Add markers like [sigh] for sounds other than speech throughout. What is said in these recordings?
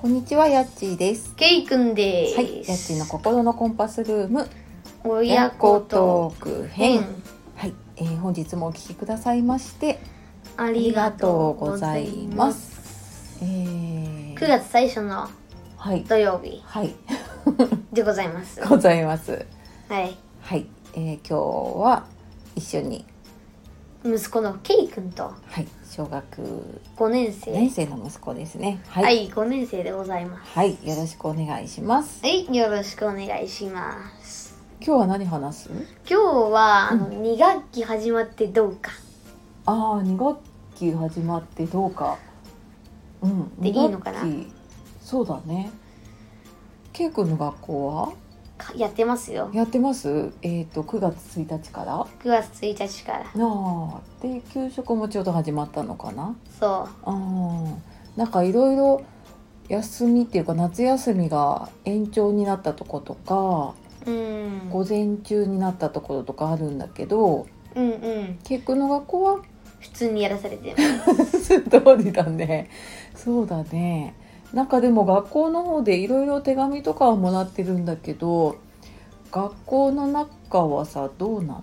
こんにちは、やっちーです。ケイくんです。はい、やっちーの心のコンパスルーム、親子親子とトーク編。変はい、えー本日もお聞きくださいまして、あありがとうございまりがとす。うございます。えー9月最初のはい、土曜日はい、でございます。はございます。い。はい、えー今日は一緒に、息子のケイくんとはい、小学5年4生。年生の息子ですね。はい、ははい、い、5年生でございます。よろしくお願いします。はい、よろしくお願いします。今日は何話す？今日は、あの、う2学期始まってどうかああ2学期始まってどうかうんで二いいのかな学期そうだね K 君の学校はかやってますよ。やってますえっ、と9月1日からな9月1日から。あで給食もちょうど始まったのかなそあーなんかいろいろ休みっていうか夏休みが延長になったとことかう。うん。午前中になったところとかあるんだけどうんうん。 K 君の学校は普通にやらされてま [laughs] す。通りだねそうだねなんかでも学校の方でいろいろ手紙とかはもらってるんだけど学校の中はさどうなの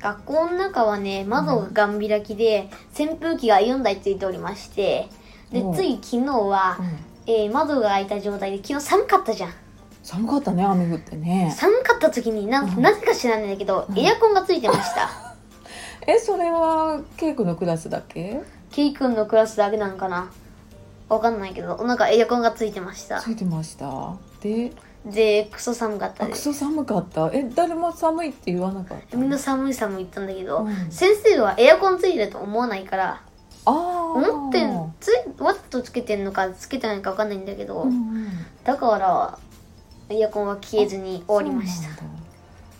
学校の中はね窓がガン開きで、扇風機が4台ついておりましてでうんつい昨日は、えー窓が開いた状態で昨日寒かったじゃん寒かったね雨降ってね寒かった時になうんなぜか知らないんだけど、うんエアコンがついてましたえそれはケイ君のクラスだけケイ君のクラスだけなんかなわかんないけどなんかエアコンがついてましたついてましたででクソ寒かったあでくすそ寒かったえ誰も寒いって言わなかったみんな寒い寒い言ったんだけど、うん先生はエアコンついてると思わないからあー思ってんついわざとつけてんのかつけてないのかわかんないんだけど、うんうんだからエアコンは消えずに終わりましそたうなんだ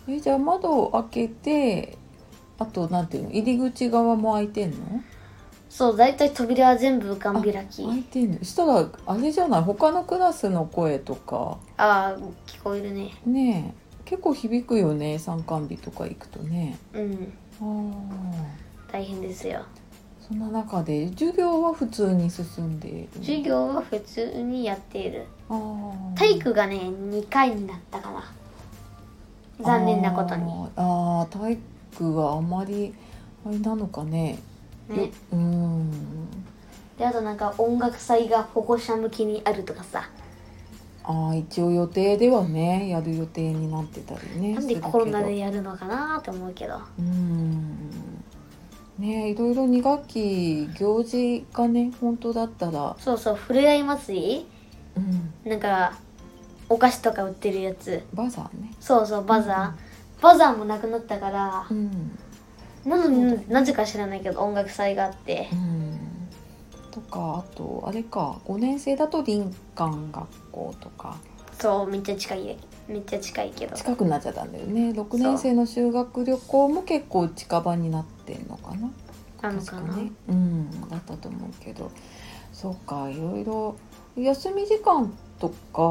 えじゃあ窓を開けてあとなんていうの入り口側も開いてんのそう大体扉は全部ガン開き開いてんのしたらあれじゃない他のクラスの声とかああー聞こえるねねえ結構響くよね参観日とか行くとねうんあー大変ですよそんな中で授業は普通に進んでいる授業は普通にやっているあー体育がね2回になったから残念なことに、あーあー体育はあまりあれなのかねよね、うんであとなんか音楽祭が保護者向きにあるとかさああ一応予定ではねやる予定になってたりねなんでするけどコロナでやるのかなと思うけどうーんねえいろいろ2学期行事がね本当だったら、そうそうふれあい祭うん、りなんかお菓子とか売ってるやつバザーね、そうそうバザー、バザーもなくなったからうんなのになぜか知らないけど音楽祭があってうん、とかあとあれか5年生だと林間学校とかそうめっちゃ近いめっちゃ近いけど近くなっちゃったんだよね6年生の修学旅行も結構近場になってんのかななの確かかなね、うん、だったと思うけどそうかいろいろ休み時間とか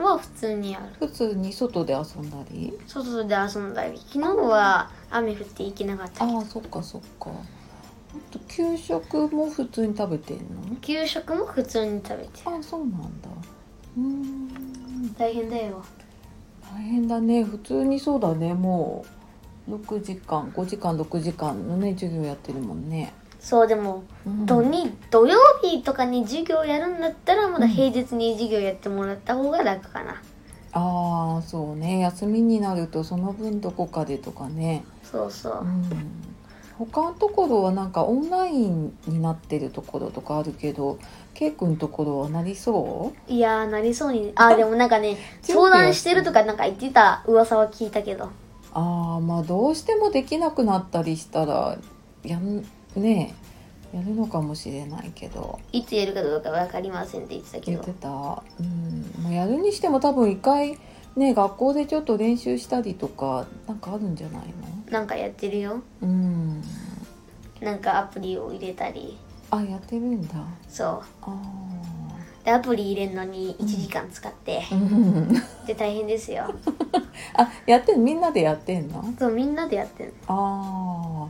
は普通にある普通に外で遊んだり外で遊んだり昨日は雨降って行けなかったけあどあそっかそっかあと給食も普通に食べてん給食も普通に食べてるのあそうなんだうーん大変だよ大変だね普通にそうだねもう6時間5時間6時間のね授業やってるもんね、そうでもうん土に土曜日とかに授業やるんだったらまだ平日に授業やってもらった方が楽かなああそうね休みになるとその分どこかでとかねそうそううん他のところはなんかオンラインになってるところとかあるけど K 君のところはなりそういやーなりそうにあーでもなんかね相談してるとかなんか言ってた噂は聞いたけどああまあどうしてもできなくなったりしたらやんねえやるのかもしれないけどいつやるかどうか分かりませんって言ってたけ言どってた、うんまあ、やるにしても多分一回ね学校でちょっと練習したりとかなんかあるんじゃないなんかやってるよのうんなんかアプリを入れたりあやってるんだそああうでアプリ入れるのに1時間使って、うんで大変ですよあやってんみんなでやってんのそうみんなでやってるああ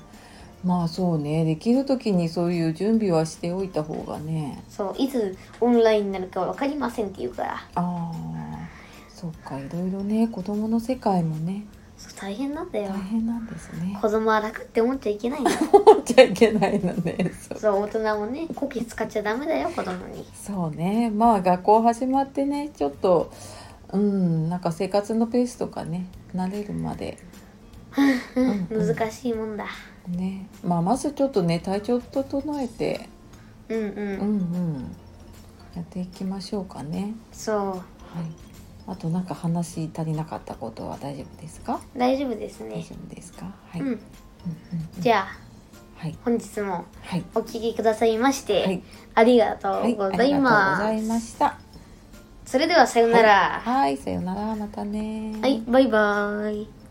まあそうねできる時にそういう準備はしておいた方がねそういつオンラインになるか分かりませんって言うからああそっかいろいろね子供の世界もねそう大変なんだよ大変なんです [laughs] ね子供は楽って思っちゃいけな [laughs] いんだ思っちゃいけないのねそうそう大人もねコケ使っちゃダメだよ子供にそうねまあ学校始まってねちょっとうんなんか生活のペースとかね慣れるま [laughs] で、うんうん難しいもんだねまあ、まずちょっとね体調整えてうんううんんうんやっていきましょうかね、そはい、あとなんか話足りなかったことは大丈夫ですかう大丈夫です大ね丈夫ですかはい、うんゃじゃあはい本日もはいお聞きくださいまして、はい、ありがとはうい、ごあざりいがとうごます、ざいましたそれではさようならはいさようならまたねはい、バイバーイ